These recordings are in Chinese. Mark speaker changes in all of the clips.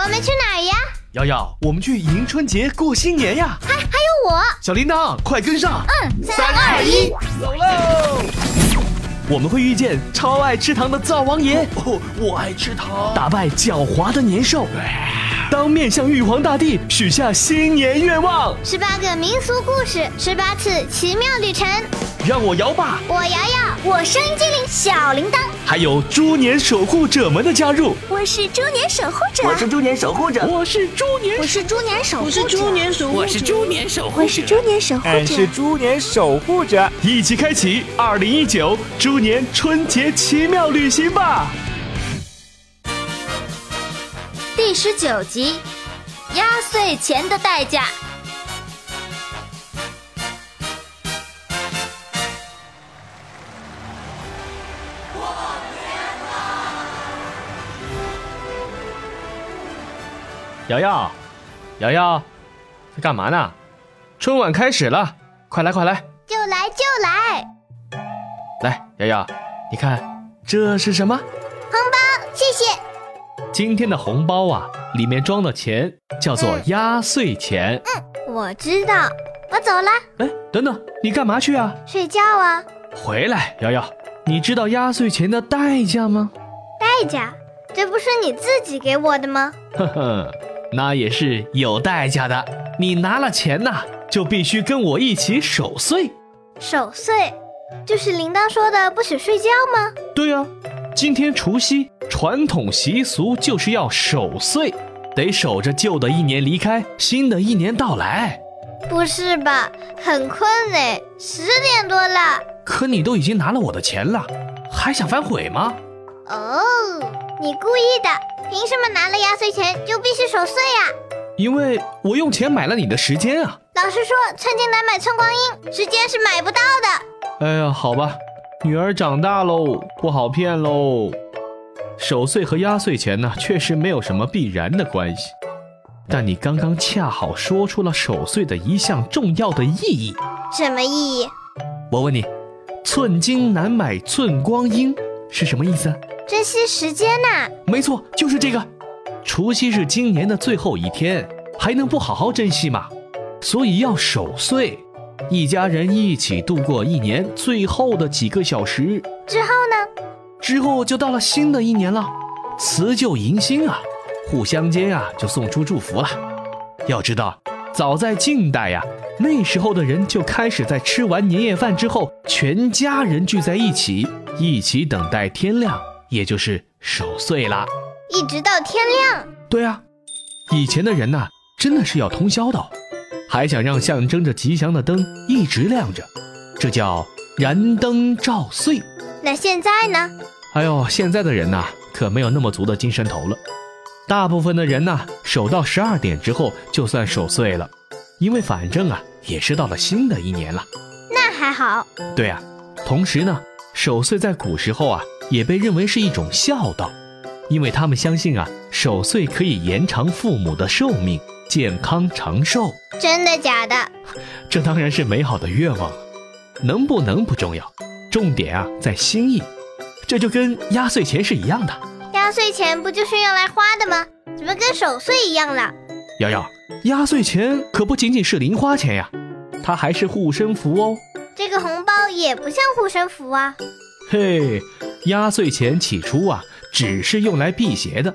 Speaker 1: 我们去哪儿呀？
Speaker 2: 瑶瑶，我们去迎春节过新年呀！
Speaker 1: 还还有我，
Speaker 2: 小铃铛，快跟
Speaker 3: 啊
Speaker 2: 上！
Speaker 1: 嗯，三二一，
Speaker 2: 走喽！我们会遇见超爱吃糖的灶王爷，
Speaker 3: 哦，我爱吃糖。哎
Speaker 2: 打败狡猾的年兽，当面向玉皇大帝许下新年愿望。
Speaker 1: 十八个民俗故事，十八次奇妙旅程。
Speaker 2: 让我摇吧！
Speaker 1: 我瑶瑶，我声音精灵小铃铛，
Speaker 2: 还有猪年守护者们的加入，
Speaker 1: 我是猪年守护者，
Speaker 3: 我是猪年守护者，
Speaker 2: 我是猪年
Speaker 1: 我是猪年守护者，我是猪年守护
Speaker 4: 我是猪年守护者，
Speaker 1: 我是猪年守护
Speaker 2: 哎
Speaker 5: 俺是猪年守护者。
Speaker 2: 一起开启二零一九猪年春节奇妙旅行吧！
Speaker 1: 第十九集，压岁钱的代价。
Speaker 2: 瑶瑶，瑶瑶，在干嘛呢？春晚开始了，快来快来
Speaker 1: 就来就来，
Speaker 2: 来，瑶瑶，你看这是什么？
Speaker 1: 谢谢。
Speaker 2: 今天的红包啊，里面装的钱叫做压岁钱。
Speaker 1: 我知道，我走了，
Speaker 2: 哎，等等，你干嘛去啊？
Speaker 1: 睡觉啊。
Speaker 2: 回来，瑶瑶，你知道压岁钱的代价吗？
Speaker 1: 代价，哎这不是你自己给我的吗？
Speaker 2: 呵呵，那也是有代价的。你拿了钱呐、就必须跟我一起守岁。
Speaker 1: 守岁，就是铃铛说的不许睡觉吗？
Speaker 2: 对啊，今天除夕传统习俗就是要守岁，得守着旧的一年离开，新的一年到来。
Speaker 1: 不是吧，很困呢，十点多了。
Speaker 2: 可你都已经拿了我的钱了，还想反悔吗？
Speaker 1: 哦，你故意的，凭什么拿了压岁钱就必须守岁啊呀、
Speaker 2: 因为我用钱买了你的时间啊。
Speaker 1: 老实说，寸金难买寸光阴，时间是买不到的。
Speaker 2: 哎呀，好吧，女儿长大喽，不好骗喽。守岁和压岁钱呢，确实没有什么必然的关系，但你刚刚恰好说出了守岁的一项重要的意义。
Speaker 1: 什么意义？
Speaker 2: 我问你，“寸金难买寸光阴”是什么意思啊？
Speaker 1: 珍惜时间呐、
Speaker 2: 没错，就是这个。除夕是今年的最后一天，还能不好好珍惜吗？所以要守岁，一家人一起度过一年最后的几个小时。
Speaker 1: 之后呢？
Speaker 2: 之后就到了新的一年了，辞旧迎新啊，互相间啊就送出祝福了。要知道，早在近代呀、那时候的人就开始在吃完年夜饭之后，全家人聚在一起，一起等待天亮，也就是守岁啦。
Speaker 1: 一直到天亮。
Speaker 2: 对啊，以前的人呐、真的是要通宵的哦、还想让象征着吉祥的灯一直亮着，这叫燃灯照岁。
Speaker 1: 那现在呢？
Speaker 2: 哎呦，现在的人呐、可没有那么足的精神头了。大部分的人呐、守到十二点之后就算守岁了，因为反正啊，也是到了新的一年了。
Speaker 1: 那还好。
Speaker 2: 对啊，同时呢，守岁在古时候啊，也被认为是一种孝道，因为他们相信啊，守岁可以延长父母的寿命，健康长寿。
Speaker 1: 真的假的？
Speaker 2: 这当然是美好的愿望，能不能不重要，重点啊在心意。这就跟压岁钱是一样的。
Speaker 1: 压岁钱不就是用来花的吗？怎么跟守岁一样了？
Speaker 2: 瑶瑶，压岁钱可不仅仅是零花钱呀，它还是护身符哦。
Speaker 1: 这个红包也不像护身符啊。
Speaker 2: 嘿，压岁钱起初啊，只是用来辟邪的。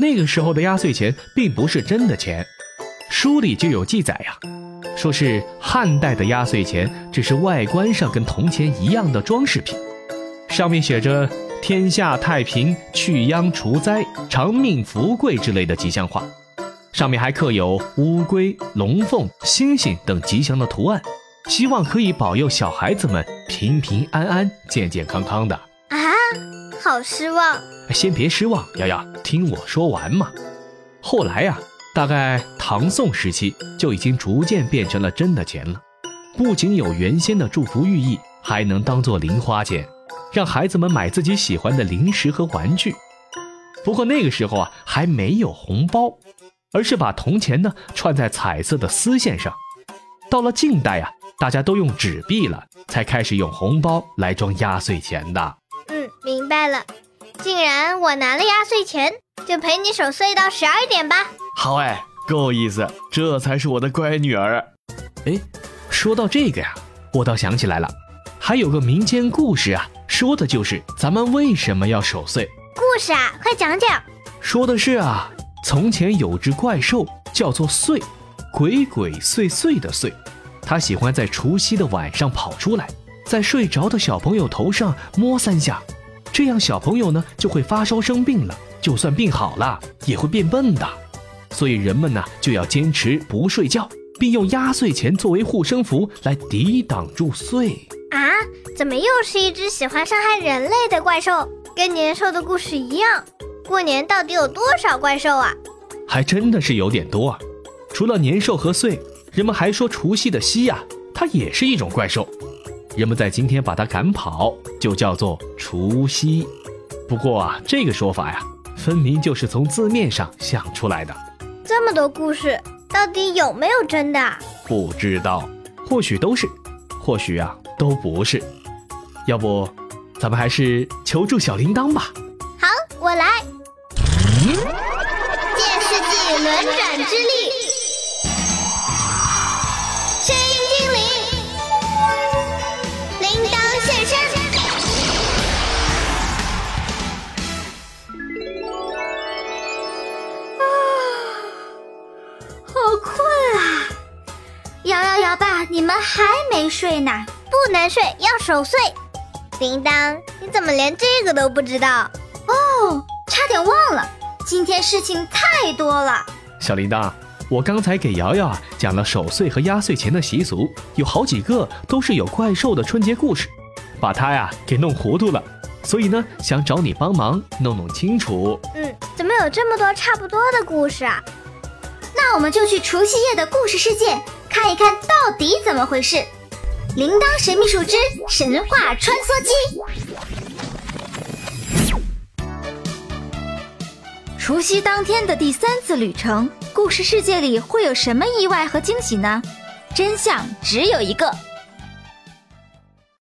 Speaker 2: 那个时候的压岁钱并不是真的钱，书里就有记载呀、说是汉代的压岁钱只是外观上跟铜钱一样的装饰品，上面写着“天下太平、去殃除灾、长命福贵”之类的吉祥话，上面还刻有乌龟、龙凤、星星等吉祥的图案。希望可以保佑小孩子们平平安安、健健康康的。
Speaker 1: 啊，好失望。
Speaker 2: 先别失望，瑶瑶，听我说完嘛。后来呀、大概唐宋时期就已经逐渐变成了真的钱了，不仅有原先的祝福寓意，还能当做零花钱，让孩子们买自己喜欢的零食和玩具。不过那个时候啊，还没有红包，而是把铜钱呢串在彩色的丝线上。到了近代啊，大家都用纸币了，才开始用红包来装压岁钱的。
Speaker 1: 嗯，明白了。竟然我拿了压岁钱，就陪你守岁到十二点吧。
Speaker 4: 好哎，够意思，这才是我的乖女儿。
Speaker 2: 哎，说到这个呀，我倒想起来了，还有个民间故事啊，说的就是咱们为什么要守岁。
Speaker 1: 故事啊，快讲讲。
Speaker 2: 说的是啊，从前有只怪兽叫做祟，鬼鬼祟祟的祟，它喜欢在除夕的晚上跑出来，在睡着的小朋友头上摸三下，这样小朋友呢就会发烧生病了，就算病好了也会变笨的。所以人们呢就要坚持不睡觉，并用压岁钱作为护身符来抵挡住祟。
Speaker 1: 啊，怎么又是一只喜欢伤害人类的怪兽？跟年兽的故事一样，过年到底有多少怪兽啊？
Speaker 2: 还真的是有点多啊。除了年兽和岁，人们还说除夕的夕呀、它也是一种怪兽。人们在今天把它赶跑，就叫做除夕。不过啊，这个说法呀，分明就是从字面上想出来的。
Speaker 1: 这么多故事，到底有没有真的啊？
Speaker 2: 不知道，或许都是，或许啊都不是。要不，咱们还是求助小铃铛吧。
Speaker 1: 好，我来。借世纪轮转之力，啊声音精灵，铃铛现身。啊，好困啊！摇摇摇吧，你们还没睡呢？不能睡，要守岁。铃铛，你怎么连这个都不知道？哦，差点忘了，今天事情太多了。
Speaker 2: 小铃铛，我刚才给瑶瑶啊讲了守岁和压岁钱的习俗，有好几个都是有怪兽的春节故事，把她呀给弄糊涂了，所以呢想找你帮忙弄弄清楚。
Speaker 1: 嗯，怎么有这么多差不多的故事啊？那我们就去除夕夜的故事世界看一看到底怎么回事。铃铛神秘树之神话穿梭机。
Speaker 6: 除夕当天的第三次旅程，故事世界里会有什么意外和惊喜呢？真相只有一个，